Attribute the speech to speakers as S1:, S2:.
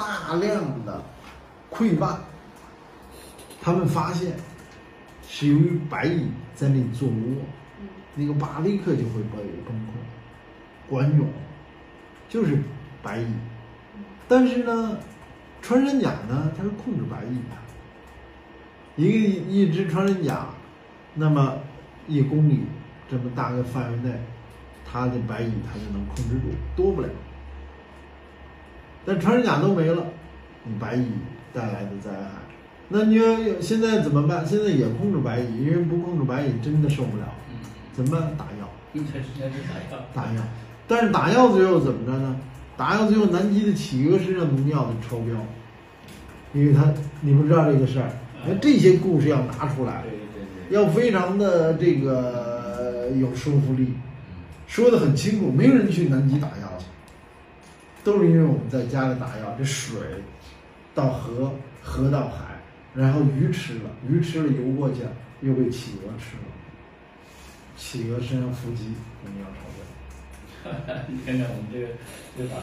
S1: 大量的溃坝，他们发现是由于白蚁在那里做窝，那个坝立刻就会被崩溃。管涌就是白蚁，但是呢，穿山甲呢，它是控制白蚁的。一个一只穿山甲，那么一公里这么大个范围内，它的白蚁它就能控制住，多不了。但穿山甲都没了，你白蚁带来的灾害，那你要现在怎么办？现在也控制白蚁，因为不控制白蚁真的受不了，
S2: 嗯
S1: 怎么办？打药。
S2: 应该是应该是打药，
S1: 打药，但是打药最后怎么着呢？打药最后南极的企鹅身上农药的超标，因为它你不知道这个事儿，那这些故事要拿出来
S2: 对，对对，
S1: 要非常的这个呃有说服力，说的很清楚，没有人去南极打药去，都是因为我们在家里打药，这水到河，河到海，然后鱼吃了，鱼吃了游过去了，又被企鹅吃了，企鹅身上伏击农药超标。
S2: 你看看我们这个这个打